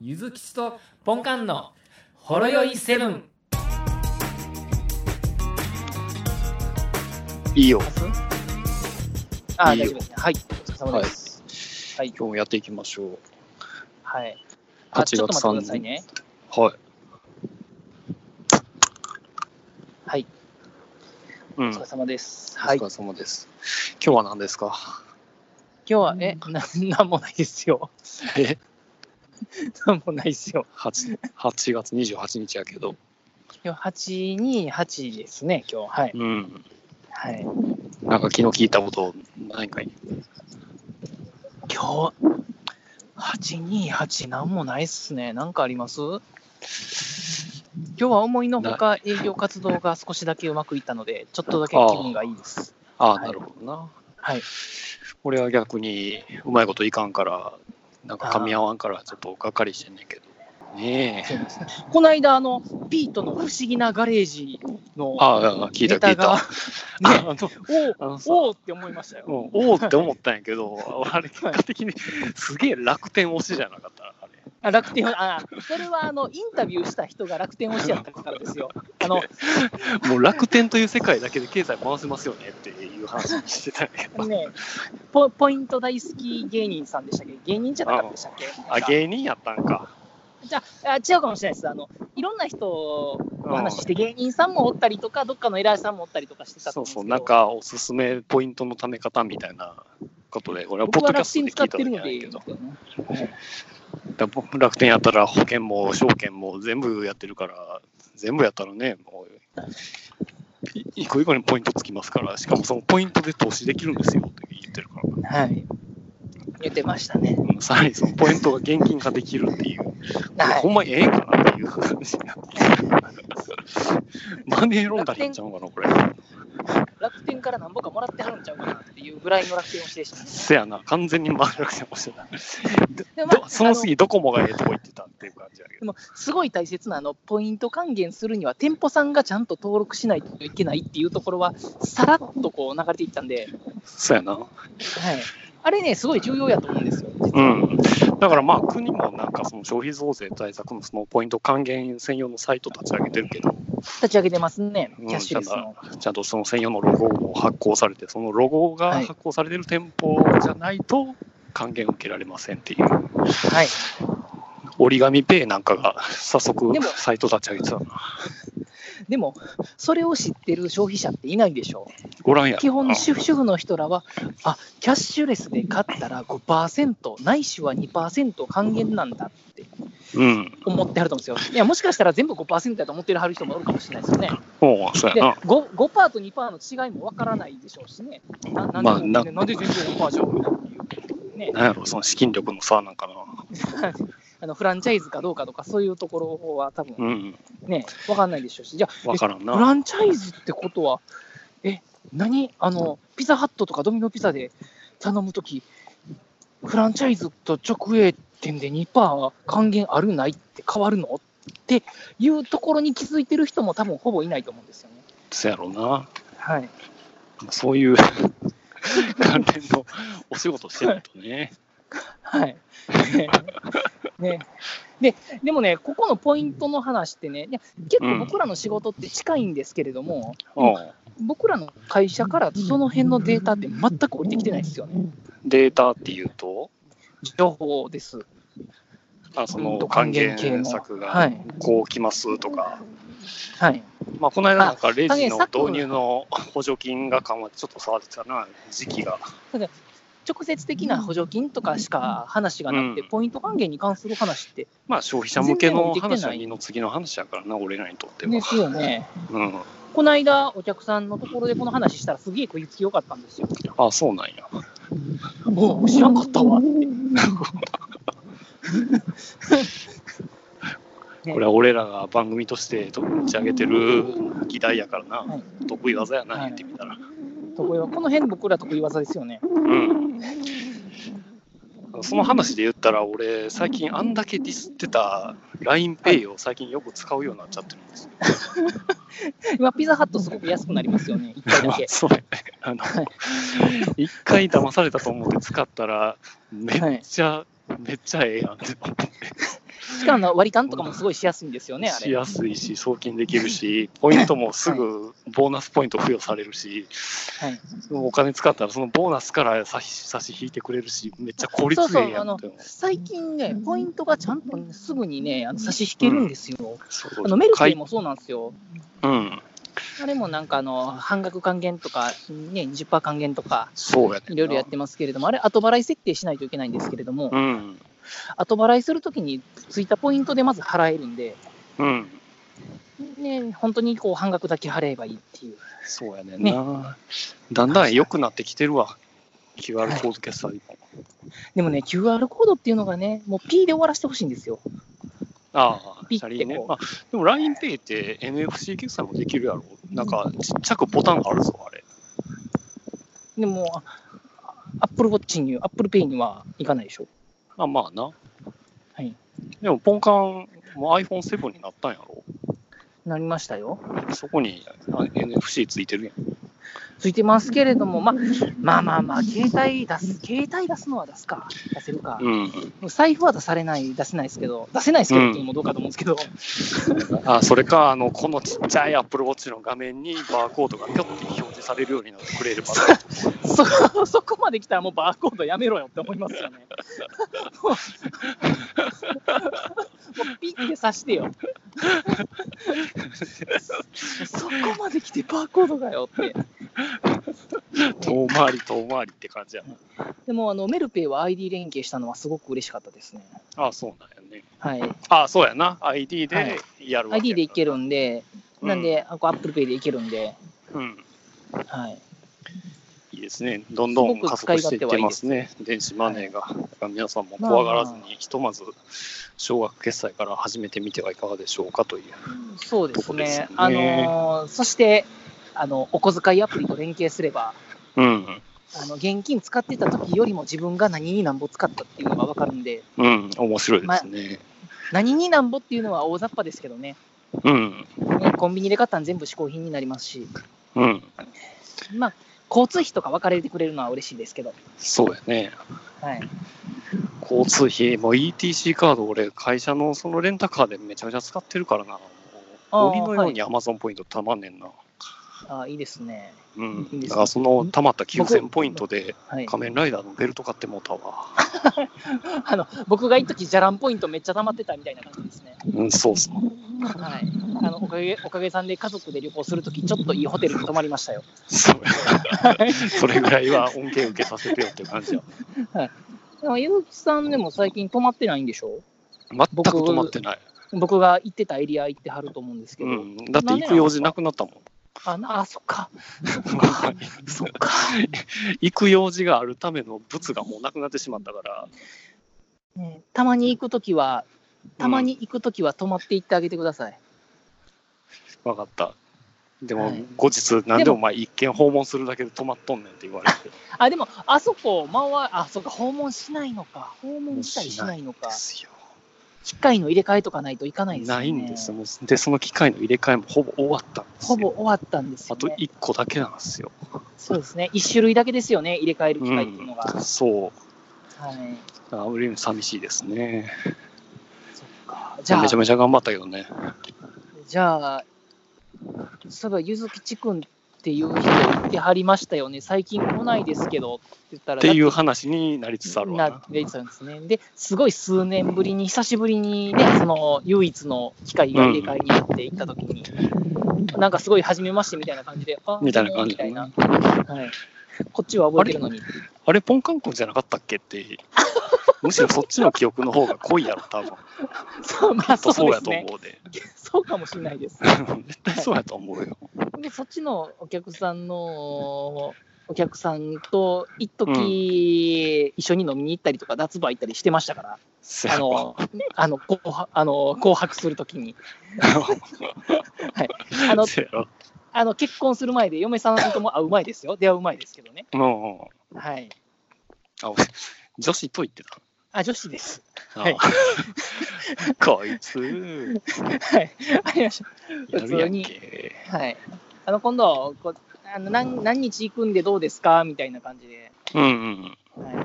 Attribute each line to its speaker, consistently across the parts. Speaker 1: ゆずきちとポンカンのほろよいセブン。
Speaker 2: いいよ。
Speaker 3: あ、
Speaker 2: い
Speaker 3: 大
Speaker 2: いよ
Speaker 3: 丈夫ですね。はい。お疲れ様です。はい。
Speaker 2: 今日もやっていきましょう。
Speaker 3: はい。あ、ちょっと待ってくださいね。
Speaker 2: はい。
Speaker 3: はい。
Speaker 2: う
Speaker 3: お
Speaker 2: ん。
Speaker 3: 疲
Speaker 2: お
Speaker 3: れ様です。はい。
Speaker 2: 疲
Speaker 3: 今
Speaker 2: れ様です。今日は何ですか
Speaker 3: 日は、え、な、なんもないですよ。
Speaker 2: え
Speaker 3: なんもないですよ。
Speaker 2: 8, 8月28日やけど。
Speaker 3: 今日、828ですね、今日。はい。
Speaker 2: うん。
Speaker 3: はい。
Speaker 2: なんか昨日聞いたことないんかい
Speaker 3: 今日、828なんもないっすね。なんかあります今日は思いのほか営業活動が少しだけうまくいったので、ちょっとだけ気分がいいです。
Speaker 2: ああ、
Speaker 3: はい
Speaker 2: なるほどな。
Speaker 3: はい。
Speaker 2: 俺は逆にうまいこといかんから、なんか噛み合わんからちょっとがっかりしてんねんけど。ねえ。
Speaker 3: この間、あの、ピートの不思議なガレージの
Speaker 2: ああ、聞いた
Speaker 3: ネ
Speaker 2: 聞
Speaker 3: タ
Speaker 2: いた
Speaker 3: が。、ね、
Speaker 2: あのあのさ
Speaker 3: おおおうって思いましたよ。
Speaker 2: うん、おおって思ったんやけ ど、あれ結果的にすげえ楽天推しじゃなかったあれ。
Speaker 3: あ楽天あ、それはあのインタビューした人が楽天推しやったからですよ。あ の
Speaker 2: もう楽天という世界だけで経済回せますよねっていう話をしてたんやけ ど。
Speaker 3: ねポ、ポイント大好き芸人さんでしたっけ芸人じゃなかったでしたっけ
Speaker 2: あ、芸人やったんか。
Speaker 3: じゃああ違うかもしれないですあの。いろんな人お話しして、芸人さんもおったりとか、どっかの偉いさんもおったりとかしてたと
Speaker 2: そう
Speaker 3: 思
Speaker 2: そう、
Speaker 3: ん
Speaker 2: な
Speaker 3: ですけど
Speaker 2: んかおすすめポイントのため方みたいなことで、俺はポ
Speaker 3: 僕は
Speaker 2: ッドキャ
Speaker 3: 楽
Speaker 2: スト
Speaker 3: 天
Speaker 2: で
Speaker 3: 使
Speaker 2: 聞い
Speaker 3: ったて
Speaker 2: 時
Speaker 3: る
Speaker 2: や
Speaker 3: ん
Speaker 2: ね
Speaker 3: で
Speaker 2: ん
Speaker 3: い
Speaker 2: け
Speaker 3: いんで
Speaker 2: ど
Speaker 3: す。けどね。
Speaker 2: だ僕楽天やったら保険も証券も全部やってるから、全部やったらね、もう、い一個一個にポイントつきますから、しかもそのポイントで投資できるんですよって言ってるから。
Speaker 3: はい。言ってましたね。
Speaker 2: うんさらにそのポイントが現金化できるっていう、
Speaker 3: はい
Speaker 2: ほんまええんかなっていう話になってきた マネーロンダリンちゃうかな、これ。
Speaker 3: 楽天からなんぼかもらってはるんちゃうかなっていうぐらいの楽天推しでしたね。
Speaker 2: せやな、完全に回らなくてもしてた。
Speaker 3: でもまあ
Speaker 2: どその次、ドコモがええとこ行ってたっていう感じやけ
Speaker 3: で
Speaker 2: ど。
Speaker 3: もすごい大切なあのポイント還元するには、店舗さんがちゃんと登録しないといけないっていうところは、さらっとこう流れていったんで、
Speaker 2: そうやな。
Speaker 3: はい、あれね、すごい重要やと思うんですよ。
Speaker 2: うん。だからまあ、国もなんかその消費増税対策のそのポイント還元専用のサイト立ち上げてるけど、
Speaker 3: 立ち上げてますね、
Speaker 2: う
Speaker 3: キャ
Speaker 2: ん
Speaker 3: ッシュレスの。
Speaker 2: ちゃんとその専用のロゴも発行されて、そのロゴが
Speaker 3: はい
Speaker 2: 発行されてる店舗じゃないと還元受けられませんっていう。
Speaker 3: はい、
Speaker 2: 折り紙ペイなんかが早速
Speaker 3: でも
Speaker 2: サイト立ち上げてたな。
Speaker 3: でも、それを知ってる消費者っていないでしょう。
Speaker 2: ご覧やろ
Speaker 3: 基本、主主婦の人らは、あキャッシュレスで買ったら5%、ないしは2%還元なんだって
Speaker 2: うん。
Speaker 3: 思ってはると思うんですよ。いや、もしかしたら全部5%だと思ってるはる人もおるかもしれないですよね。
Speaker 2: もう、そう
Speaker 3: で
Speaker 2: やな。
Speaker 3: 5%, 5と2%の違いもわからないでしょうしね。ななんで,、
Speaker 2: まあな
Speaker 3: なんで全然5%じゃんっていう、ね
Speaker 2: なんやろ、その資金力の差なんかな。
Speaker 3: あの。フランチャイズかどうかとか、そういうところは多
Speaker 2: う
Speaker 3: 分
Speaker 2: ん。
Speaker 3: ね、わかんないでしょうし、じゃあ、
Speaker 2: わからん
Speaker 3: えフ
Speaker 2: な。
Speaker 3: ランチャイズってことは、え、何あの、ピザハットとかドミノピザで頼むとき、フランチャイズと直営店で2%還元あるないって変わるのっていうところに気づいてる人も多分ほぼいないと思うんですよね。
Speaker 2: そうやろな。
Speaker 3: はい。
Speaker 2: そ ういう関連のお仕事してないとね。
Speaker 3: はい。ね。で、でもね、ここのポイントの話ってね、いや結構僕らの仕事って近いんですけれども、
Speaker 2: うん
Speaker 3: 僕らの会社からその辺のデータって全く降りてきてないんですよね。
Speaker 2: データっていうと、
Speaker 3: 情報です。
Speaker 2: あそ
Speaker 3: うん
Speaker 2: の
Speaker 3: と
Speaker 2: 還
Speaker 3: 還元系
Speaker 2: 元
Speaker 3: の
Speaker 2: 策
Speaker 3: は
Speaker 2: が
Speaker 3: い。
Speaker 2: こう来ますとか、
Speaker 3: はい。
Speaker 2: まあ、この間なんかレ
Speaker 3: 還
Speaker 2: ジ
Speaker 3: 元
Speaker 2: の
Speaker 3: 策
Speaker 2: 導入の補助金が緩和ってちょっと触ってたな、時期が。
Speaker 3: 直接的な補助金とかしか話がなくて、
Speaker 2: うん
Speaker 3: ポイント還元に関する話って
Speaker 2: まあ消費者向けの
Speaker 3: 全然でき
Speaker 2: 話
Speaker 3: て
Speaker 2: は
Speaker 3: ない
Speaker 2: 二の次の話やからな、俺らにとっては。
Speaker 3: ですよね。
Speaker 2: うん、
Speaker 3: この間、お客さんのところでこの話したらすげえ食いつき良かったんですよ。
Speaker 2: あ、そうなんや。
Speaker 3: もう知らんかったわって。ね
Speaker 2: これは俺らが番組として打ち上げてる議題やからな、
Speaker 3: はい
Speaker 2: 得意技やな、
Speaker 3: はい
Speaker 2: 言ってみたら。
Speaker 3: ところこの辺僕ら得意技ですよね。
Speaker 2: うん。その話で言ったら、俺、最近あんだけディスってた LINEPay を最近よく使うようになっちゃってるん ですよ。。
Speaker 3: 今、ピザハットすごく安くなりますよね、1回だけ
Speaker 2: そうやね。あの、一回騙されたと思って使ったら、めっちゃ、めっちゃええやんって思って。
Speaker 3: しかも割り勘とかもすごいしやすいんですよね、あ
Speaker 2: し
Speaker 3: れ。
Speaker 2: やすいし、送金できるし、ポイントもすぐボーナスポイント付与されるし、
Speaker 3: はい
Speaker 2: お金使ったらそのボーナスから差し差し引いてくれるし、めっちゃ効率
Speaker 3: そうそ、
Speaker 2: いいうや
Speaker 3: あ
Speaker 2: んっ
Speaker 3: の
Speaker 2: て思う。
Speaker 3: 最近ね、ポイントがちゃんとねすぐにね、あの差し引けるんですよ。
Speaker 2: そう
Speaker 3: あのメル
Speaker 2: か
Speaker 3: ペイ
Speaker 2: い
Speaker 3: もそうなんですよ。
Speaker 2: うん、
Speaker 3: あれもなんかあの半額還元とか、ね、20%還元とか、
Speaker 2: そうやねんない
Speaker 3: ろいろやってますけれども、あれ、後払い設定しないといけないんですけれども
Speaker 2: う、ん、
Speaker 3: 後払いするときについたポイントでまず払えるんで、
Speaker 2: うん、
Speaker 3: ね、本当にこう半額だけ払えばいいっていう。
Speaker 2: そうやねんな。だんだん良くなってきてるわ、QR コード決済も。
Speaker 3: でもね、QR コードっていうのがね、もう P で終わらせてほしいんですよ。
Speaker 2: ああ、
Speaker 3: ピッ
Speaker 2: 車輪ね
Speaker 3: てこ。う
Speaker 2: あでも LINEPay って NFC 決済もできるやろ。なんかちっちゃくボタンあるぞ、あれ。
Speaker 3: でも、アップルウォッチに、アップルペイにはいかないでしょ。
Speaker 2: あまあな。
Speaker 3: はい。
Speaker 2: でもポンカンも iPhone7 になったんやろ。
Speaker 3: なりましたよ。
Speaker 2: そこにあ NFC ついてるやん。
Speaker 3: ついてますけれども、まあ、まあまあまあ、携帯出す、携帯出すのは出すか、出せるか。
Speaker 2: うん。
Speaker 3: 財布は出されない、出せないですけど、出せないですけどっていうのもどうかと思うんですけど、
Speaker 2: あそれか、あの、このちっちゃい Apple Watch の画面にバーコードがぴょって表示されるようになってく れれば。
Speaker 3: そ、そこまで来たらもうバーコードやめろよって思いますよね。もうもうピッて刺して よ。そこまで来てバーコードがよって。
Speaker 2: 遠回り遠回りって感じや
Speaker 3: でもあの、メルペイは ID 連携したのはすごく嬉しかったですね。
Speaker 2: な。あそうなんやね。
Speaker 3: はい。
Speaker 2: あそうやな。ID
Speaker 3: は
Speaker 2: で
Speaker 3: い
Speaker 2: やるわけ
Speaker 3: ID でいけ
Speaker 2: る。
Speaker 3: るんで、なんで、あこう Apple Pay でいけるんで、
Speaker 2: うん。
Speaker 3: はい。
Speaker 2: いいですね。どんどん加速していってますね。電子マネーが。だから皆さんも怖がらず
Speaker 3: まあ
Speaker 2: に、ひとまず少額決済から始めてみてはいかがでしょうかという。
Speaker 3: そうで
Speaker 2: とこ
Speaker 3: す
Speaker 2: ですよ
Speaker 3: ね
Speaker 2: ね。
Speaker 3: あのーそして、あの、お小遣いアプリと連携すれば、
Speaker 2: うん。
Speaker 3: あの、現金使ってた時よりも自分が何になんぼ使ったっていうのがわかるんで、
Speaker 2: うん。面白いですね。
Speaker 3: 何になんぼっていうのは大雑把ですけどね。
Speaker 2: うん。
Speaker 3: ねコンビニで買ったん全部嗜好品になりますし、
Speaker 2: うん。
Speaker 3: まあ、交通費とか分かれてくれるのは嬉しいですけど、
Speaker 2: そうやね。
Speaker 3: はい。
Speaker 2: 交通費、もう ETC カード、俺、会社のそのレンタカーでめちゃめちゃ使ってるからな。
Speaker 3: あー
Speaker 2: 鬼のように Amazon ポイントたまんねんな。
Speaker 3: あいいですね。
Speaker 2: うん。
Speaker 3: いいですね
Speaker 2: だからそのたまった9000ポイントで
Speaker 3: はい。
Speaker 2: 仮面ライダーのベルト買ってもうたわ。
Speaker 3: あの、僕が一時じゃらんポイントめっちゃ溜まってたみたいな感じですね。
Speaker 2: うん、そうそう。
Speaker 3: はい。あの、おかげ、おかげさんで家族で旅行するとき、ちょっといいホテルに泊まりましたよ。
Speaker 2: そうやそれぐらいは恩恵受けさせてよっていう感じや。
Speaker 3: でも、ゆうきさんでも最近泊まってないんでしょ
Speaker 2: 全く止まってない。
Speaker 3: 僕が行ってたエリア行ってはると思うんですけ
Speaker 2: う
Speaker 3: ど、
Speaker 2: ん。だって行く用事なくなったもん。
Speaker 3: あなあ、そっか、
Speaker 2: そっ か。行く用事があるための物がもうなくなってしまったから。
Speaker 3: ねたまに行くときは、たまに行くときは泊まって行ってあげてください。
Speaker 2: わかった。で
Speaker 3: は
Speaker 2: も
Speaker 3: い、
Speaker 2: 後日、なんで
Speaker 3: で
Speaker 2: お
Speaker 3: も
Speaker 2: 前一軒訪問するだけで止まっとんねんって言われて。
Speaker 3: あ、でも、あそこ、まわあ、そっか、訪問しないのか、訪問自体しないのか
Speaker 2: で、すよ。
Speaker 3: 機械の入れ替えとかないといかないですよね。
Speaker 2: ないんですよ。もうで、その機械の入れ替えもほぼ終わったんです
Speaker 3: ほ
Speaker 2: よ。
Speaker 3: ぼ終わったんですよ、
Speaker 2: あと
Speaker 3: ね。
Speaker 2: 一個だけなんですよ。
Speaker 3: そうですね。一種類だけですよね、入れ替える機械っていうのが。
Speaker 2: うん、そう。
Speaker 3: はい。
Speaker 2: あまり寂しいですね。
Speaker 3: そっか。じゃあ
Speaker 2: めちゃ、めちゃ頑張ったけどね。
Speaker 3: じゃあ、そういえば、ゆずきちくんっていう人言ってはりましたよね、最近来ないですけどって言ったら、
Speaker 2: っていう
Speaker 3: だ
Speaker 2: 話になりつつあるわ
Speaker 3: な
Speaker 2: な。
Speaker 3: レイさんですね。で、すごい数年ぶりに、久しぶりにね、その唯一の機械が入れ替えになって行ったときに、なんかすごい初めましてみたいな感じで、あ
Speaker 2: みたいな感じ
Speaker 3: みたいな、はい。こっちは覚えてるのに。
Speaker 2: あれ、ポンカンコンじゃなかったっけって、むしろそっちの記憶の方が濃いやろ、多分。
Speaker 3: そう、まあ
Speaker 2: そう
Speaker 3: そうで
Speaker 2: や
Speaker 3: す
Speaker 2: と
Speaker 3: ね。
Speaker 2: 思うで。
Speaker 3: そうかもしれないです。
Speaker 2: 絶対そうやと思うよ。
Speaker 3: で、そっちのお客さんの、お客さんと、一時、一緒に飲みに行ったりとか、脱バ行ったりしてましたから、
Speaker 2: せ や
Speaker 3: あ
Speaker 2: ろ
Speaker 3: の、あの、紅白あの紅白するとき に。あの、
Speaker 2: せやろ
Speaker 3: あの結婚する前で、嫁さんとも会う前ですよ。出会う前ですけどね。
Speaker 2: うんうん
Speaker 3: はい。
Speaker 2: あ女子と言ってた。
Speaker 3: あ、女子 です。
Speaker 2: あ
Speaker 3: はい
Speaker 2: こいつ、
Speaker 3: はい。ありまし
Speaker 2: やるやんけ。
Speaker 3: た。はい。あの、今度、こあの何何日行くんでどうですかみたいな感じで。
Speaker 2: うんうん。
Speaker 3: はい。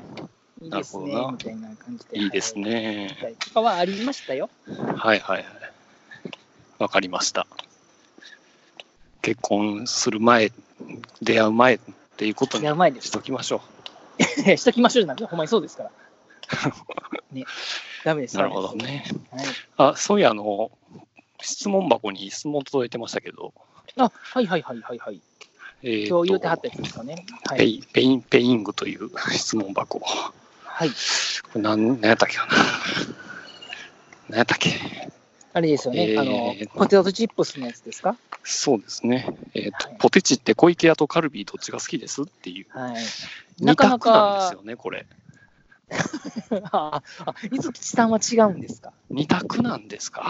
Speaker 3: いいですね
Speaker 2: なるほどな
Speaker 3: みたいな感じで。
Speaker 2: いいです
Speaker 3: ね。
Speaker 2: ね。
Speaker 3: はいとかはありましたよ。
Speaker 2: はいはいはい。わかりました。結婚する前、出会う前っていうこと
Speaker 3: い
Speaker 2: に
Speaker 3: や、うまいで
Speaker 2: し
Speaker 3: す。
Speaker 2: ときましょ
Speaker 3: しときましょうなんて、ほんまにそうです から。ね、ダメです。
Speaker 2: う。なるほど
Speaker 3: ダメで
Speaker 2: ね。
Speaker 3: す。はい
Speaker 2: あ、そういや、あの、質問箱に質問届いてましたけど、
Speaker 3: あ、はいはいはいはいはい。
Speaker 2: えーと
Speaker 3: 共有で貼ったやつですかね。は
Speaker 2: ペ
Speaker 3: い。
Speaker 2: イペインペイングという 質問箱。こ
Speaker 3: はい。
Speaker 2: れ何何やったっけかな。 何やったっけ。
Speaker 3: あれですよね。
Speaker 2: えー
Speaker 3: あの、ポテトチップスのやつですか
Speaker 2: そうですね。えっ、と、
Speaker 3: はい
Speaker 2: ポテチって小池屋とカルビーどっちが好きですっていう。
Speaker 3: はい。
Speaker 2: 二
Speaker 3: なかな
Speaker 2: 択
Speaker 3: か
Speaker 2: なんですよね、これ。
Speaker 3: あ、あ水木さんは違うんですか
Speaker 2: 二択なんですか。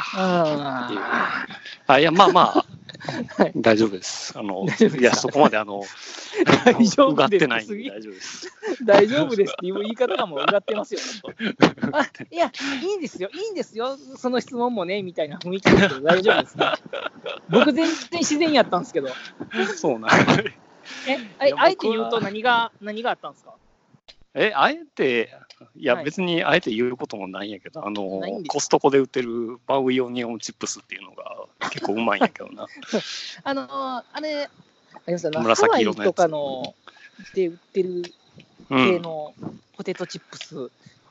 Speaker 3: あ
Speaker 2: あ、いや、まあまあ、
Speaker 3: はい
Speaker 2: 大丈夫です。あの、
Speaker 3: 大丈夫ですか
Speaker 2: いや、そこまで、あの、
Speaker 3: 大丈夫です
Speaker 2: うがってないんで
Speaker 3: 次
Speaker 2: 大丈夫です。
Speaker 3: あ、 大丈夫ですっていう言い方がもううがってますよ、ちょっ と。あ、いや、いいんですよ、いいんですよ、その質問もね、みたいな雰囲気ですけど、大丈夫 ですか僕、全然自然やったんですけど、
Speaker 2: そうな。
Speaker 3: え、
Speaker 2: い
Speaker 3: あ
Speaker 2: や
Speaker 3: あえて
Speaker 2: 僕は
Speaker 3: 言うと何が、何があったんですか
Speaker 2: え、あえて、いや、
Speaker 3: はい
Speaker 2: 別にあえて言うこともないんやけど、あの
Speaker 3: ないんです、
Speaker 2: コストコで売ってるパウイオニオンチップスっていうのが結構うまいんやけど な。
Speaker 3: あのー、あれ、ありますよね、ハワ
Speaker 2: 紫
Speaker 3: イ
Speaker 2: 色のやつ
Speaker 3: とかので売ってる
Speaker 2: う
Speaker 3: 系
Speaker 2: ん。
Speaker 3: のポテトチップス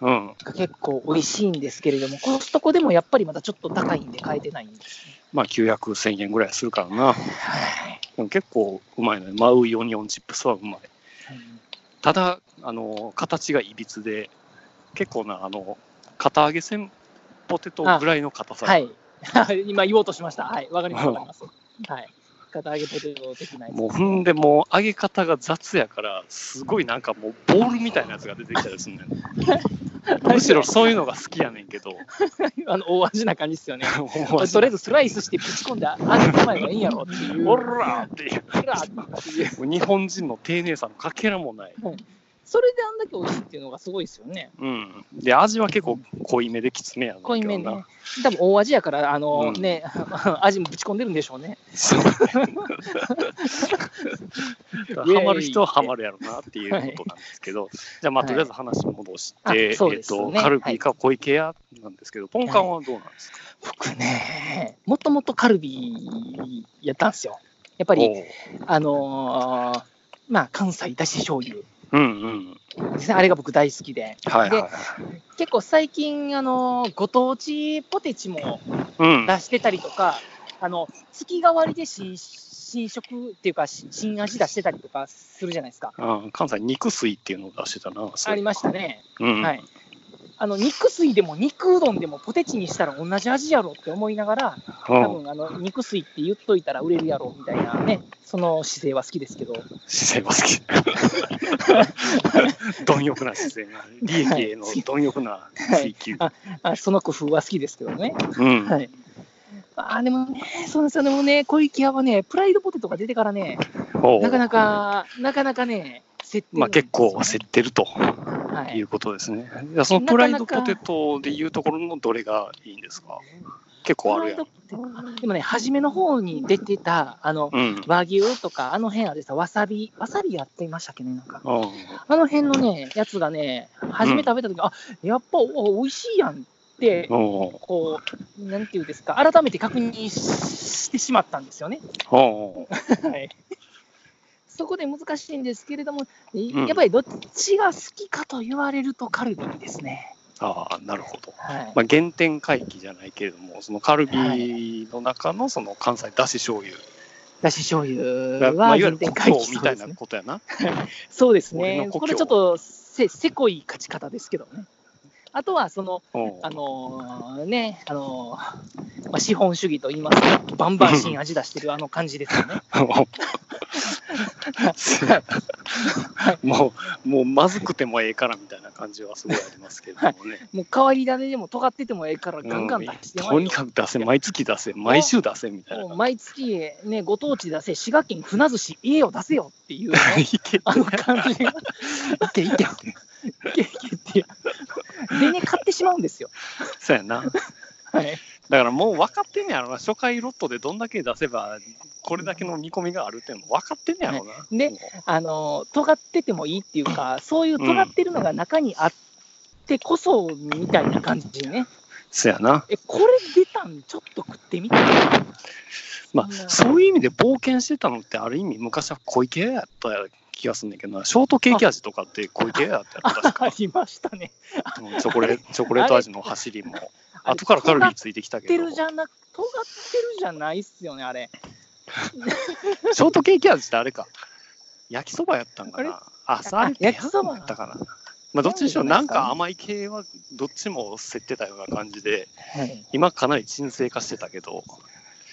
Speaker 2: うん。
Speaker 3: が結構美味しいんですけれども、コストコでもやっぱりまだちょっと高いんで買えてないんです、ね。
Speaker 2: まあ、900、1000円ぐらいするからな。
Speaker 3: はい。
Speaker 2: でも結構うまいのよ。マウイオニオンチップスはうまい。ただ、あの、形がいびつで、結構な、あの、片揚げせんポテトぐらいの硬さが
Speaker 3: はい。 今言おうとしました。はい。わかります。わかります。はい。片揚げポテト的なやつ。
Speaker 2: もう踏んでもう揚げ方が雑やからすごいなんかもうボールみたいなやつが出てきたりす るねんむしろそういうのが好きやねんけど
Speaker 3: あの、大味な感じですよね。
Speaker 2: 思わず
Speaker 3: とりあえずスライスしてぶち込んで揚げてもらえばいいんやろっていう。
Speaker 2: オラーっていう
Speaker 3: ほらっていう
Speaker 2: もう日本人の丁寧さのかけらもない、
Speaker 3: それであんだけ美味しいっていうのがすごいですよね。
Speaker 2: うん、で味は結構濃いめできつめやねんけどな
Speaker 3: 濃いめね。多分大味やから、あの
Speaker 2: うん
Speaker 3: ね、 味もぶち込んでるんでしょうね。
Speaker 2: そうハマる人はハマるやろなっていうことなんですけど、じゃあまあ
Speaker 3: はい
Speaker 2: とりあえず話戻して、
Speaker 3: あ
Speaker 2: えっ、
Speaker 3: そうですね
Speaker 2: とカルビーか小池屋なんですけど、ポンカンはどうなんですか、
Speaker 3: 僕ね、もともとカルビやったんですよ。やっぱり、
Speaker 2: おう
Speaker 3: あのーまあ、関西だし醤油
Speaker 2: うんうん
Speaker 3: ですね。あれが僕大好きで。
Speaker 2: はいはい
Speaker 3: で結構最近、あのーご当地ポテチも
Speaker 2: うん、
Speaker 3: 出してたりとか、あの、月替わりで新新食っていうか、新新味出してたりとかするじゃないですか。
Speaker 2: あ関西肉水っていうのを出してたな。そう
Speaker 3: ありましたね。
Speaker 2: うん、
Speaker 3: はい。あの、肉水でも肉うどんでもポテチにしたら同じ味やろって思いながら、
Speaker 2: う
Speaker 3: 多
Speaker 2: ん。
Speaker 3: 分あの肉水って言っといたら売れるやろみたいなね、その姿勢は好きですけど、
Speaker 2: 姿勢 は好き。貪欲な姿勢が、利益への貪欲な追求。
Speaker 3: はあその工夫は好きですけどね。
Speaker 2: うん、
Speaker 3: はい。あーでもね、そうなんですよ、でもね、小池屋はね、プライドポテトが出てからね、
Speaker 2: おう
Speaker 3: なかな。か、なかなかね、競ってるんですよね
Speaker 2: まあ結構競ってると
Speaker 3: はいいう
Speaker 2: ことですね。いやそのプライドポテトでいうところのどれがいいんですか結構あるやん。
Speaker 3: プライドポテトでもね、初めの方に出てた、あの、
Speaker 2: うん。
Speaker 3: 和牛とか、あの辺あれさ、わさび、わさびやっていましたっけね、なんか。
Speaker 2: うん
Speaker 3: あの辺のね、やつがね、初め食べた時、あ、やっぱお美味しいやんって
Speaker 2: おう
Speaker 3: こう、なんていうんですか、改めて確認してしまったんですよね。
Speaker 2: おう
Speaker 3: はい。 そこで難しいんですけれども、
Speaker 2: ん
Speaker 3: やっぱりどっちが好きかと言われるとカルビーですね。
Speaker 2: ああ、なるほど。
Speaker 3: はい。
Speaker 2: まあ、原点回帰じゃないけれども、そのカルビの中のその関西だし醤油
Speaker 3: だし醤油
Speaker 2: が、まあ、
Speaker 3: はい
Speaker 2: わ
Speaker 3: 原
Speaker 2: ゆる故
Speaker 3: 点回
Speaker 2: 郷
Speaker 3: 帰
Speaker 2: み
Speaker 3: そう
Speaker 2: た
Speaker 3: で
Speaker 2: い
Speaker 3: す
Speaker 2: な
Speaker 3: ね。
Speaker 2: ことやな。
Speaker 3: そうです
Speaker 2: 俺
Speaker 3: ね
Speaker 2: の。故郷
Speaker 3: これちょっとせ、せこい勝ち方ですけどね。あとは、その、
Speaker 2: おう
Speaker 3: あのーね、あのーまあ、資本主義と言いますか、バンバン新味出してるあの感じですよ ね。
Speaker 2: もう、もうまずくてもええからみたいな感じはすごいありますけどもね。
Speaker 3: もう変わり種でも尖っててもええからガンガン出して
Speaker 2: うん
Speaker 3: ま
Speaker 2: と
Speaker 3: い
Speaker 2: に
Speaker 3: よ
Speaker 2: かく出せ、毎月出せ、毎週出せみたいな
Speaker 3: もう。毎月ね、ご当地出せ、滋賀県船寿司、家を出せよっていう ね、
Speaker 2: いけ
Speaker 3: あの感じ が、
Speaker 2: いけいけ。
Speaker 3: いけいけっていう。でね、買ってしまうんですよ。
Speaker 2: そうやな。だ
Speaker 3: はい。
Speaker 2: からもう分かってんねやろな。初回ロットでどんだけ出せば、これだけの見込みがあるっていうの分かってんねやろな。
Speaker 3: いで
Speaker 2: もう
Speaker 3: あの、尖っててもいいっていうか、そういう尖ってるのが中にあっってこそみたいな感じでね。
Speaker 2: そやな。
Speaker 3: え、これ出たんちょっと食ってみた
Speaker 2: まあ、
Speaker 3: そんな
Speaker 2: そういう意味で冒険してたのって、ある意味昔は小池屋やった気がするんだけどな、ショートケーキ味とかって小池屋やったやろ確
Speaker 3: あ
Speaker 2: か
Speaker 3: りましたね。
Speaker 2: うんチョコレ。チョコレート味の走りも、
Speaker 3: あれ
Speaker 2: 後からカロリーついてきた
Speaker 3: 尖っ
Speaker 2: け
Speaker 3: て
Speaker 2: ど、
Speaker 3: るじ
Speaker 2: シ
Speaker 3: ゃなく、尖ってるじゃないっすよね、あれ。
Speaker 2: ョートケーキ味ってあれか、焼きそばやったんかな。あ、さあれ
Speaker 3: あ焼きそば
Speaker 2: ペヤングやったかな。まあ、どっちにしろ、
Speaker 3: ペヤ
Speaker 2: な
Speaker 3: ン
Speaker 2: ん
Speaker 3: グじゃないですか
Speaker 2: か甘い系はどっちも競ってたような感じで、
Speaker 3: はい。
Speaker 2: 今かなり沈静化してたけど、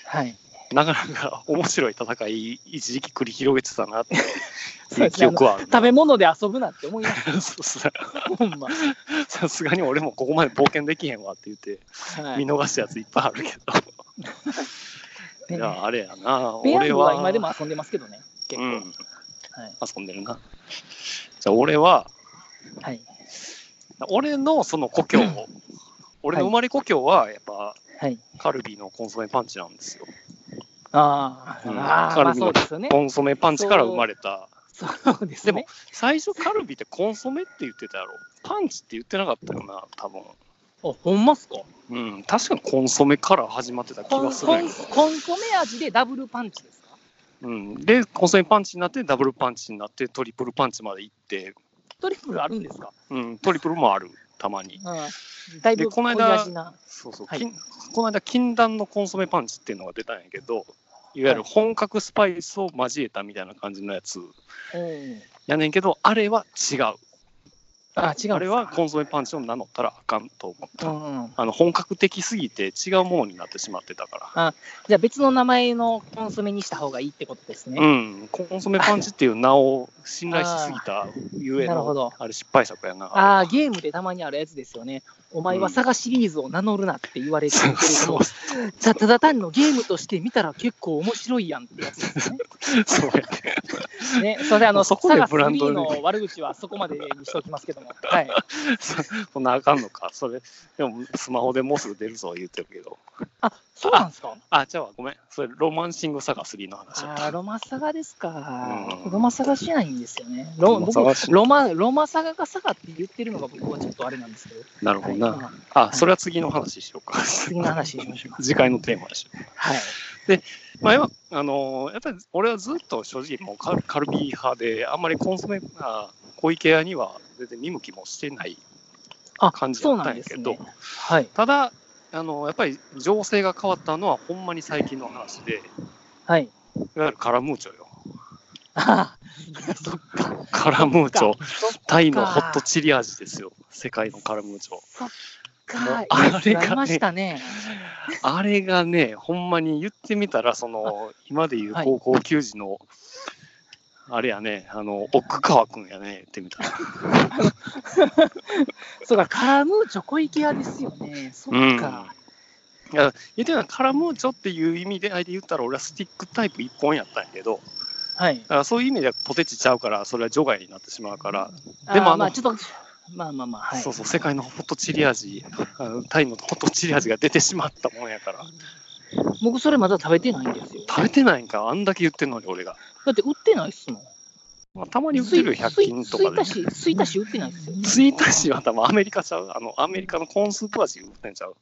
Speaker 3: はい。
Speaker 2: なかなか面白い戦い、一時期繰り広げてたなって
Speaker 3: そうで
Speaker 2: い
Speaker 3: すね
Speaker 2: う記憶はあるな
Speaker 3: 食べ物で遊ぶなって思いま し
Speaker 2: そうそう
Speaker 3: た、ほんま。
Speaker 2: さすがに俺もここまで冒険できへんわって言って、
Speaker 3: はい
Speaker 2: 見逃したやついっぱいあるけど。
Speaker 3: ね
Speaker 2: いや、あれやな、
Speaker 3: ペヤン
Speaker 2: 俺
Speaker 3: グ
Speaker 2: は。
Speaker 3: は今でも遊んでますけどね、結
Speaker 2: う
Speaker 3: 構。
Speaker 2: ん、
Speaker 3: はい
Speaker 2: 遊んでるな。じゃあ俺は、
Speaker 3: はい。
Speaker 2: 俺のその故郷を、俺の生まれ故郷はやっぱ
Speaker 3: はい。
Speaker 2: カルビーのコンソメパンチなんですよ。
Speaker 3: あー、
Speaker 2: うん
Speaker 3: あー、まあそうですよね。
Speaker 2: コンソメパンチから生まれた。
Speaker 3: そうですね。
Speaker 2: でも最初カルビってコンソメって言ってたやろ。パンチって言ってなかったよな、多分。
Speaker 3: あ、ほんますか
Speaker 2: うん、確かにコンソメから始まってた気
Speaker 3: コ
Speaker 2: が
Speaker 3: ン
Speaker 2: するん
Speaker 3: コ
Speaker 2: や
Speaker 3: ン
Speaker 2: けど
Speaker 3: コンソメ味でダブルパンチですか
Speaker 2: うん、で、コンソメパンチになって、ダブルパンチになって、トリプルパンチまで行って、
Speaker 3: トリプルあるんですか
Speaker 2: うん、トリプルもある、たまに。
Speaker 3: うん。だいぶ
Speaker 2: でこの
Speaker 3: 濃い
Speaker 2: 間
Speaker 3: 味な。
Speaker 2: そうそう、
Speaker 3: はい
Speaker 2: きんこの間、禁断のコンソメパンチっていうのが出たんやけど、いわゆる本格スパイスを交えたみたいな感じのやつ
Speaker 3: うん。
Speaker 2: やねんけど、あれは違う。
Speaker 3: あ、違う。
Speaker 2: あれはコンソメパンチを名乗ったらあかんと思った。
Speaker 3: うん。
Speaker 2: あの本格的すぎて違うものになってしまってたから。
Speaker 3: じゃあ別の名前のコンソメにした方がいいってことですね。
Speaker 2: うん、コンソメパンチっていう名を信頼しすぎたゆ え
Speaker 3: なるほ
Speaker 2: の、
Speaker 3: ど。
Speaker 2: あれ失敗作やな。
Speaker 3: ああ、ゲームでたまにあるやつですよね。お前はサガシリーズを名乗るなって言われてるけ
Speaker 2: そ
Speaker 3: れ
Speaker 2: う
Speaker 3: ど
Speaker 2: そ
Speaker 3: も
Speaker 2: う、
Speaker 3: たただ単のゲームとして見たら結構面白いやんってやつ ですね。
Speaker 2: そうやね。
Speaker 3: ね、それあの、
Speaker 2: そ
Speaker 3: サ
Speaker 2: こで
Speaker 3: ガ
Speaker 2: ブランド
Speaker 3: 3
Speaker 2: で
Speaker 3: の悪口はそこまでにしておきますけども。 はい。
Speaker 2: そそんなあかんのか。それ、でもスマホでもうすぐ出るぞ言ってるけど。
Speaker 3: あ、そうなんですか
Speaker 2: あ、じゃあごめん。それ、ロマンシングサガ3の話だっ
Speaker 3: あー
Speaker 2: た。
Speaker 3: ロマサガですか、
Speaker 2: うん
Speaker 3: ロマサガしないんですよね。ロ
Speaker 2: ロマサガし
Speaker 3: 僕ロマロマサガがサガって言ってるのが僕はちょっとあれなんですけど、
Speaker 2: なるほどな。
Speaker 3: はい
Speaker 2: あ、それは次の話しようか。
Speaker 3: 次の話にしましょう。
Speaker 2: 次回のテーマでしょ
Speaker 3: はい、
Speaker 2: う。まあ、今、あのーやっぱり俺はずっと正直もうカルカルビー派で、あんまりコンソメ、あ小池屋には全然見向きもしてない
Speaker 3: あ
Speaker 2: 感じだ
Speaker 3: そう
Speaker 2: っ
Speaker 3: な
Speaker 2: た
Speaker 3: ん
Speaker 2: ん
Speaker 3: で
Speaker 2: やけ
Speaker 3: す
Speaker 2: ど、
Speaker 3: ね。はい、
Speaker 2: ただ、あのーやっぱり情勢が変わったのはほんまに最近の話で、
Speaker 3: はい。
Speaker 2: いわゆるカラムーチョよ。
Speaker 3: あーい やそっか、
Speaker 2: カラムーチョ。
Speaker 3: そっ
Speaker 2: タイのホットチリ味ですよ。世界のカラムーチョ。
Speaker 3: か、
Speaker 2: あれがね
Speaker 3: やりましたね。
Speaker 2: あれがね、ほんまに言ってみたら、その、今でいう
Speaker 3: はい
Speaker 2: 高校球児の、あれやね、あの、奥川くんやね、言ってみたら。
Speaker 3: そうか、カラムーチョ小池屋ですよね。そ
Speaker 2: うん。
Speaker 3: っ
Speaker 2: い
Speaker 3: か、
Speaker 2: や、言ってみたら、カラムーチョっていう意味で、あれで言ったら、俺はスティックタイプ一本やったんやけど、
Speaker 3: はい
Speaker 2: だ。からそういう意味ではポテチちゃうから、それは除外になってしまうから、
Speaker 3: あ
Speaker 2: でも
Speaker 3: ー
Speaker 2: あの
Speaker 3: まあちょっと、まあまあまあ、はい。
Speaker 2: そうそう、世界のホットチリ味、あのタイのホットチリ味が出てしまったもんやから、
Speaker 3: 僕それまだ食べてないんですよ。
Speaker 2: 食べてないんか、あんだけ言ってんのに、俺が。
Speaker 3: だって売ってないっすもん。
Speaker 2: まあ、たまに売ってるよ100均とかで。
Speaker 3: 水田市、水田市売ってないですよ。
Speaker 2: ツイーターは多分アメリカちゃうあの、アメリカのコーンスープ味売ってんちゃう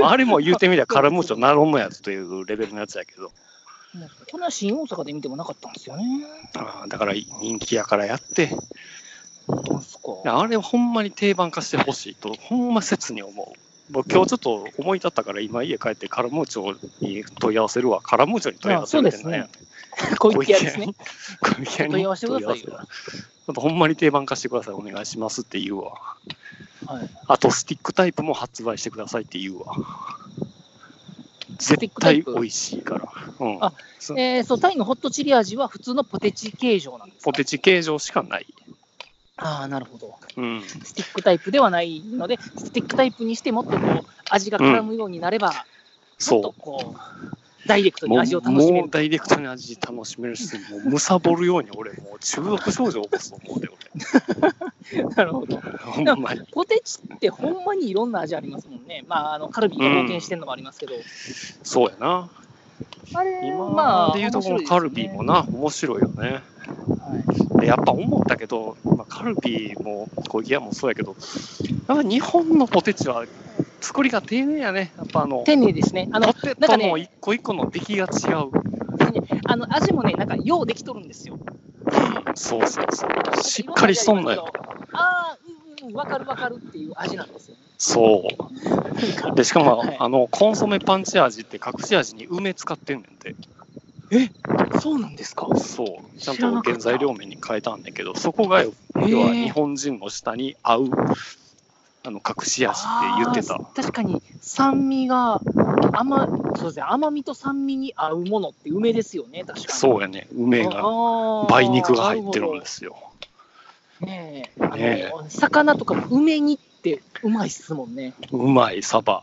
Speaker 2: まああれも言うてみりゃカラムーチョなロンのやつというレベルのやつやけど、
Speaker 3: もうこれは新大阪で見てもなかったんですよね。
Speaker 2: あーだから人気やからやって、
Speaker 3: なんすか。
Speaker 2: あれほんまに定番化してほしいと、ほんま切に思う。もう今日ちょっと思い立ったから今家帰ってカラムーチョに問い合わせるわ。カラムーチョに問い合わせるってなんや。
Speaker 3: 小池屋ですね。
Speaker 2: に。小池屋に
Speaker 3: 問い合わせてくださいよ
Speaker 2: 問合わせるちょっとほんまに定番化してください。お願いしますって言うわ。
Speaker 3: はい。
Speaker 2: あと、スティックタイプも発売してくださいって言うわ。
Speaker 3: スティ
Speaker 2: 絶
Speaker 3: ックタイ
Speaker 2: 対
Speaker 3: プ
Speaker 2: 美味しいから。うん、
Speaker 3: あえー、そう、タイのホットチリ味は普通のポテチ形状なんですか
Speaker 2: ポテチ形状しかない。
Speaker 3: ああ、なるほど。
Speaker 2: うん、
Speaker 3: スティックタイプではないので、スティックタイプにしてもっとこう、味が絡むようになれば、もっと
Speaker 2: そ
Speaker 3: こう、ダイレクト
Speaker 2: う。
Speaker 3: に
Speaker 2: も
Speaker 3: 味を
Speaker 2: う
Speaker 3: 楽しめ
Speaker 2: も
Speaker 3: る
Speaker 2: う。ダイレクトに味楽しめるし、もうむさぼるように俺、もう中毒症状起こすと思うで、
Speaker 3: なるほど。
Speaker 2: 俺。ほんまに。
Speaker 3: ポテチってほんまにいろんな味ありますもんね。まあ、あの、カルビーが冒険してるのもありますけど。
Speaker 2: そうやな。
Speaker 3: あれ
Speaker 2: 今
Speaker 3: まあ、
Speaker 2: で言うとこの
Speaker 3: 面
Speaker 2: カ
Speaker 3: 白
Speaker 2: ル
Speaker 3: いです
Speaker 2: ビ
Speaker 3: ね
Speaker 2: ーもな、面白いよね。
Speaker 3: はい
Speaker 2: で俺やっぱ思ったけど、まあ、カルビーも小ギアもそうやけど、やっぱ日本のポテチは作りが丁寧やね。やっぱあの、
Speaker 3: 丁寧ですね。あの
Speaker 2: ポ、テ
Speaker 3: なんか
Speaker 2: ト
Speaker 3: ね
Speaker 2: の一個一個の出来が違う。
Speaker 3: あの味もね、なんか、ようできとるんですよ。
Speaker 2: そうそうそう。しっかりしとんのよ。。
Speaker 3: ああ、うんうん、わかるわかるっていう味なんですよ。
Speaker 2: そう。で、しかも、
Speaker 3: はい
Speaker 2: あの、コンソメパンチ味って隠し味に梅使ってんねんて。
Speaker 3: そうなんですか。
Speaker 2: そう。ちゃん
Speaker 3: 知らなかっ
Speaker 2: と
Speaker 3: た
Speaker 2: 原材料名に変えたんだけど、そこがよ、
Speaker 3: ー
Speaker 2: 要は日本人の舌に合う、あの、隠し味って言ってた
Speaker 3: あ。ー確かに酸味が甘そうですね甘みと酸味に合うものって梅ですよね確かに
Speaker 2: そうやね。梅が、
Speaker 3: が
Speaker 2: 梅肉が入ってるんですすよ。
Speaker 3: ねえあの
Speaker 2: ね
Speaker 3: 魚とかも梅煮ってうまいっすもんね
Speaker 2: うまい、サバ。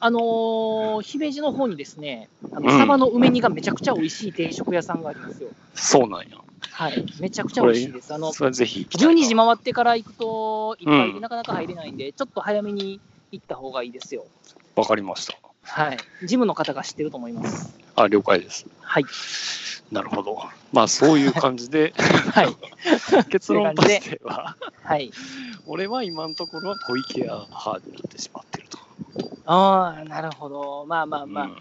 Speaker 3: あのー姫路の方にですねあの
Speaker 2: うん
Speaker 3: サバの梅煮がめちゃくちゃ美味しい定食屋さんがありますよ、
Speaker 2: そうなんや。
Speaker 3: はいめちゃくちゃ美味しいですあの
Speaker 2: それぜひ行きたいな。
Speaker 3: 12時回ってから行くといっぱいで
Speaker 2: うん
Speaker 3: なかなか入れないんで、ちょっと早めに行った方がいいですよ
Speaker 2: わかりました。
Speaker 3: はいジムの方が知ってると思います
Speaker 2: あ、了解です。
Speaker 3: はい
Speaker 2: なるほど。まあ、そういう感 じで、
Speaker 3: はい
Speaker 2: 結論としては、
Speaker 3: はい。
Speaker 2: 俺は今のところは小池屋派になってしまってると。
Speaker 3: ああ、なるほど。まあまあま
Speaker 2: う
Speaker 3: あ
Speaker 2: ん。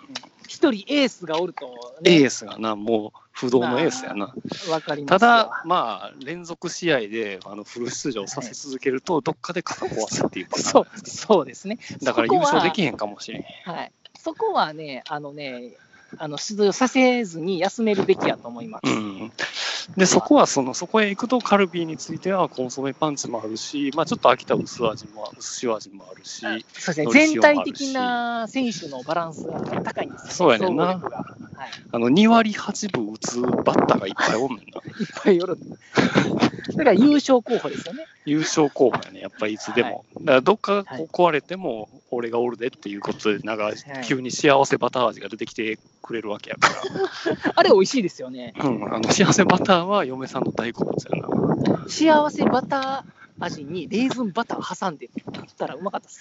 Speaker 3: 一、人エースがおると、
Speaker 2: エ
Speaker 3: ね、
Speaker 2: ースがな、もう不動のエースやな。
Speaker 3: わかりま
Speaker 2: た
Speaker 3: す。
Speaker 2: だ、、まあ、連続試合であのフル出場させ続けると、どっかで肩壊すっていうパターン
Speaker 3: そう、そうですね。
Speaker 2: だから
Speaker 3: そ
Speaker 2: 優
Speaker 3: こは
Speaker 2: 勝できへんかもしれん。
Speaker 3: はい。そこはね、あのね、あの出場させずに休めるべきやと思います。
Speaker 2: うん、でそこはそのそこへ行くとカルビーについてはコンソメパンチもあるし、まあ、ちょっと飽きた薄味も薄塩味もあるし、
Speaker 3: そうですね。
Speaker 2: 乗り塩
Speaker 3: 全
Speaker 2: もあるし
Speaker 3: 体的な選手のバランスが高いんですよ、ね。
Speaker 2: そうやねん
Speaker 3: 総
Speaker 2: な
Speaker 3: 合力がはい。
Speaker 2: あの2割8分打つバッターがいっぱいおんねん
Speaker 3: い
Speaker 2: な。
Speaker 3: っぱいよる。 だから優勝候補ですよね。
Speaker 2: 優勝候補やね、やっぱりいつでも。だからどっかこう壊れても、俺がおるでっていうことで、なんか
Speaker 3: い
Speaker 2: 急に幸せバター味が出てきてくれるわけやか
Speaker 3: あれ美味しいですよね。
Speaker 2: ら。うん、あの幸せバターは嫁さんの大好物やな。
Speaker 3: 幸せバター味にレーズンバター挟んで食ったらうまかったで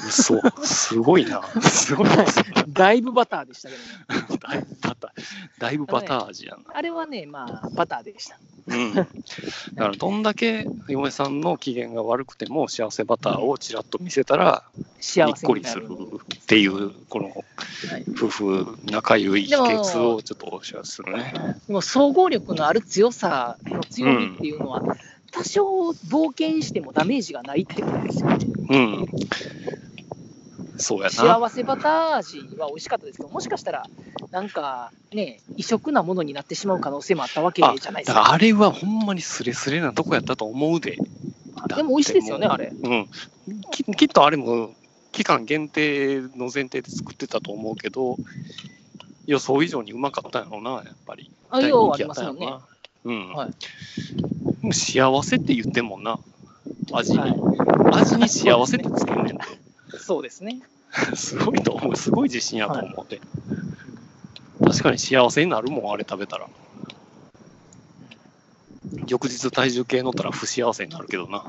Speaker 3: すよ。
Speaker 2: 嘘、すごいな。すごいな。
Speaker 3: だいぶバターでしたけどね。
Speaker 2: だいぶバター、だいぶバター味やな。
Speaker 3: あ れはね、まあ、バターでした。
Speaker 2: うん。だからどんだけ嫁さんの機嫌が悪くても幸せバターをちらっと見せたら、に
Speaker 3: 幸
Speaker 2: っ
Speaker 3: せ
Speaker 2: こ
Speaker 3: に
Speaker 2: り
Speaker 3: な
Speaker 2: す
Speaker 3: る
Speaker 2: る。っていう、この
Speaker 3: はい
Speaker 2: 夫婦仲良い秘
Speaker 3: でも
Speaker 2: 訣をちょっとお知らせするね。
Speaker 3: でも総合力のある強さの強みっていうのは、多少冒険してもダメージがないってことですよ。
Speaker 2: うん。そうやな。
Speaker 3: 幸せバター味は美味しかったですけど、もしかしたら、なんかね、異色なものになってしまう可能性もあったわけじ
Speaker 2: あ
Speaker 3: ゃないです
Speaker 2: だから
Speaker 3: か。
Speaker 2: あれはほんまにスレスレなとこやったと思うで。だ
Speaker 3: でも美味しいですよね、
Speaker 2: っ
Speaker 3: あれ。
Speaker 2: てもううんき。きっとあれも期間限定の前提で作ってたと思うけど、予想以上にうまかったんやろうな、やっぱり。
Speaker 3: あ、
Speaker 2: 大
Speaker 3: よう
Speaker 2: 人
Speaker 3: あ
Speaker 2: 気
Speaker 3: り
Speaker 2: や
Speaker 3: ま
Speaker 2: っ
Speaker 3: す
Speaker 2: たん
Speaker 3: よ
Speaker 2: やろう
Speaker 3: ね。
Speaker 2: な。うん。
Speaker 3: は
Speaker 2: 幸せって言ってんもんな。味に。
Speaker 3: は
Speaker 2: 味に幸せってつけんねんて。
Speaker 3: い、そうですね。
Speaker 2: すごいと思う。すごい自信やと思って。確かに幸せになるもん、あれ食べたら。翌日体重計乗ったら不幸せになるけどな。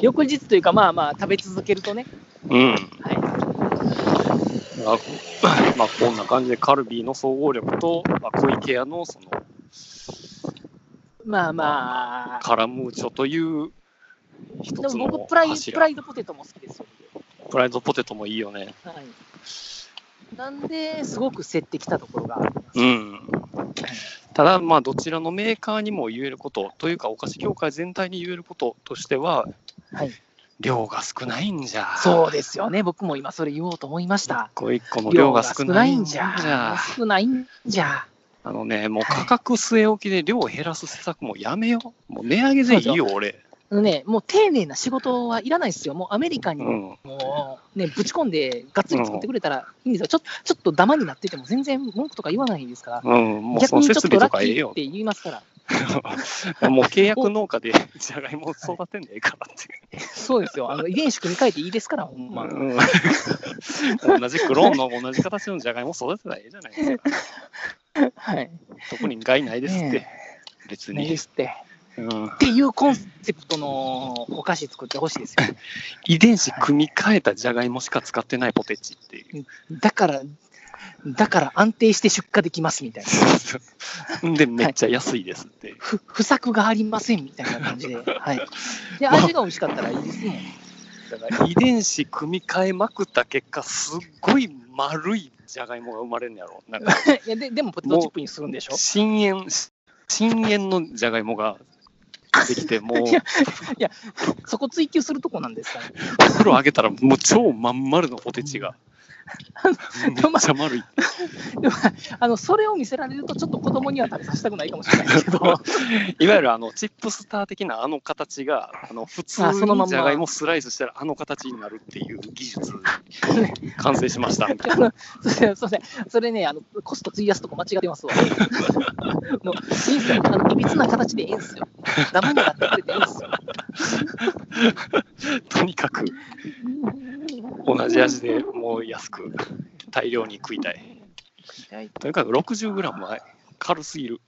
Speaker 3: 翌日というか、まあまあ、食べ続けるとね。
Speaker 2: うん。
Speaker 3: はい、
Speaker 2: あ まあ、こんな感じでカルビーの総合力と、まあ、小池屋のその
Speaker 3: まあまあ、
Speaker 2: カラムーチョという一
Speaker 3: で
Speaker 2: つ
Speaker 3: も
Speaker 2: の
Speaker 3: 僕プライ、プ
Speaker 2: 柱
Speaker 3: ライドポテトも好きですよ。
Speaker 2: プライドポテトもいいよね。
Speaker 3: はい、なんで、すごく競ってきたところがある。
Speaker 2: うん。ただ、まあ、どちらのメーカーにも言えることというか、お菓子業界全体に言えることとしては、
Speaker 3: はい
Speaker 2: 量が少ないんじゃ。
Speaker 3: そうですよね、僕も今それ言おうと思いました
Speaker 2: 一。個一個の量が少ないんじ
Speaker 3: 量が少ないんじゃ。少ない
Speaker 2: ゃ。
Speaker 3: んじゃ。
Speaker 2: あのね、もう価格据え置きで量を減らす施策もやめよう。もう値上げでいいよ、俺。
Speaker 3: あのね、もう丁寧な仕事はいらないですよ。もうアメリカに
Speaker 2: う
Speaker 3: も
Speaker 2: ん。
Speaker 3: うね、ぶち込んで、がっつり作ってくれたらいいんですよ。ちょちょっとダマになってても全然文句とか言わないですから。
Speaker 2: うん、もうそ
Speaker 3: 逆
Speaker 2: の
Speaker 3: にちょ
Speaker 2: 設
Speaker 3: っと
Speaker 2: 備
Speaker 3: ラ
Speaker 2: と
Speaker 3: ッ
Speaker 2: か
Speaker 3: キ
Speaker 2: え
Speaker 3: ーっ
Speaker 2: えよ。
Speaker 3: て言いますから。
Speaker 2: もう契約農家でじゃがいも育てんでええからって。
Speaker 3: そうですよ。あの遺伝子組み替えていいですから、ほんま。
Speaker 2: うん 同じクローンの同じ形のじゃがいも育てたらええじゃないです か。
Speaker 3: はい。
Speaker 2: 特に害ないですって
Speaker 3: ね。
Speaker 2: 別
Speaker 3: ね
Speaker 2: に
Speaker 3: で。すって。
Speaker 2: うん
Speaker 3: っていうコンセプトのお菓子作ってほしいですよ。
Speaker 2: 遺伝子組み換えたじゃがいもしか使ってないポテチっていう。
Speaker 3: だから、だから安定して出荷できますみたいな。
Speaker 2: で、めっちゃ安いですって。
Speaker 3: ふ不作がありませんみたいな感 じで。はい。で、味が美味しかったらいいですもん。
Speaker 2: 遺伝子組み換えまくった結果、すっごい丸いじゃがいもが生まれるんやろ。なんか、
Speaker 3: いやででもポテトチップにするんでしょ
Speaker 2: 深淵、深淵のじゃがいもができて、もう、
Speaker 3: そこ追求するとこなんですかね。
Speaker 2: 袋あげたら、もう超まん丸のポテチが。めっち ゃ丸い。
Speaker 3: でも、あの、それを見せられるとちょっと子供には食べさせたくないかもしれないですけ ど、
Speaker 2: いわゆるあのチップスター的なあの形が、あの普通
Speaker 3: あそのまん
Speaker 2: に
Speaker 3: ま
Speaker 2: じゃがいもスライスしたらあの形になるっていう技術、完成しましたみたいな。
Speaker 3: あのすいませんすいません、それね、あのコスト費やすとこ間違って ますわ。もう、いいんすよ。あの、いびつな形でいいんすよ。ダメになってくれていいんすよ。
Speaker 2: とにかく同じ味でもう安く大量に食いたいとにかく 60g は軽すぎる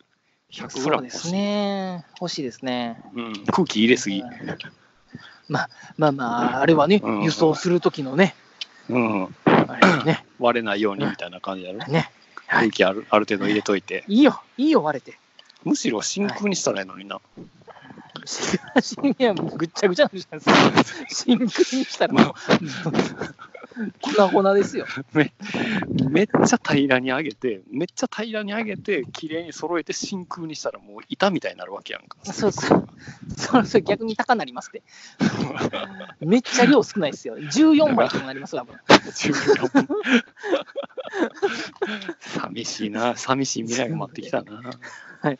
Speaker 2: 100g
Speaker 3: そう
Speaker 2: 欲
Speaker 3: で
Speaker 2: し
Speaker 3: す
Speaker 2: い、
Speaker 3: ね。欲しいですね。
Speaker 2: うん、空気入れすぎ、
Speaker 3: まあまあ、あれはね、
Speaker 2: うん
Speaker 3: 輸送する時のね、
Speaker 2: うん、
Speaker 3: あれですね。
Speaker 2: 割れないようにみたいな感じやろ
Speaker 3: ね。
Speaker 2: 空気あるある程度入れといて
Speaker 3: いいよ、いいよ、割れて。
Speaker 2: むしろ真空にしたらいいのにな、
Speaker 3: 深夜もぐっちゃぐちゃなんじゃないですか。真空にしたらもう、粉々ですよ。
Speaker 2: めっちゃ平らに上げてめっちゃ平らに上げて綺麗に揃えて真空にしたらもう板みたいになるわけやんか
Speaker 3: そうそう。それそれ逆に高なりますって。めっちゃ量少ないですよ。14枚とかなります多分。
Speaker 2: 14寂しいな、寂しい未来が待ってきたな。
Speaker 3: はい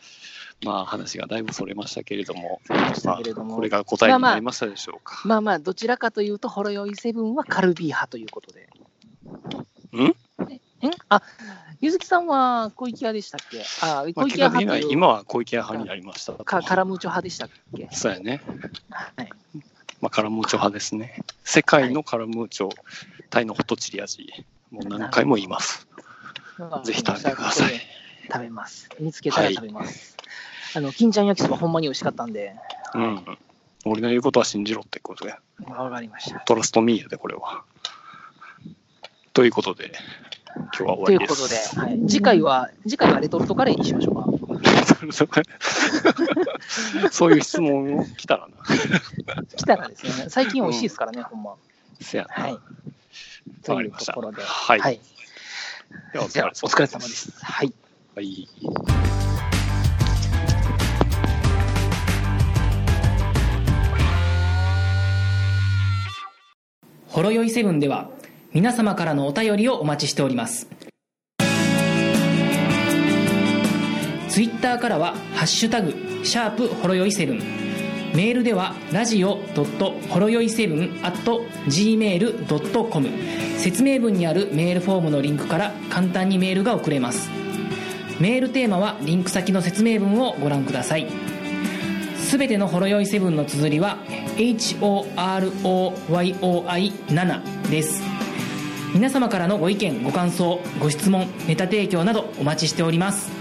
Speaker 2: まあ話がだいぶそれましたけれども、
Speaker 3: したけれども
Speaker 2: さあこれが答えになりましたでしょうか。
Speaker 3: まあまあ、どちらかというと、ほろ酔いセブンはカルビー派ということで。
Speaker 2: ん
Speaker 3: んあ、ゆずきさんは小池屋でしたっけあ、
Speaker 2: まあ
Speaker 3: 小池
Speaker 2: 結果
Speaker 3: 屋
Speaker 2: 的には
Speaker 3: 派という
Speaker 2: 今は小池屋派になりましたと。
Speaker 3: か、カラムーチョ派でしたっけ
Speaker 2: そうやね。
Speaker 3: はい。
Speaker 2: まあ、カラムーチョ派ですね。世界のカラムーチョ、タイのホットチリ味。もう何回も言います。ぜひ食べてください。
Speaker 3: 食べます。見つけたら食べます。あの、金ちゃん焼きそばほんまに美味しかったんで、
Speaker 2: うん。俺の言うことは信じろってことや。
Speaker 3: わかりました。
Speaker 2: トラストミーやで、これは。ということで、今日
Speaker 3: とい
Speaker 2: は終わ
Speaker 3: う
Speaker 2: りで
Speaker 3: こ
Speaker 2: す。
Speaker 3: とで、はい、次回は、次回はレトルトカレーにしましょうか。
Speaker 2: そういう質問を来たらな。
Speaker 3: 来たらですね、最近美味しいですからね、ほんま。
Speaker 2: せやな。
Speaker 3: はい。
Speaker 2: わ
Speaker 3: と
Speaker 2: か
Speaker 3: い
Speaker 2: り
Speaker 3: う
Speaker 2: ました
Speaker 3: ところで、
Speaker 2: はい
Speaker 3: はい。
Speaker 2: ではお
Speaker 3: じゃあ、お疲れ様で。す。はい。
Speaker 2: はい
Speaker 1: ほろよいセブンでは皆様からのお便りをお待ちしておりますツイッターからは「ハッシュタグシャープほろよいセブン」メールではラジオほろよい7 gmail.com 説明文にあるメールフォームのリンクから簡単にメールが送れますメールテーマはリンク先の説明文をご覧くださいすべてのほろ酔いセブンの綴りは HOROYOI7 です皆様からのご意見ご感想ご質問ネタ提供などお待ちしております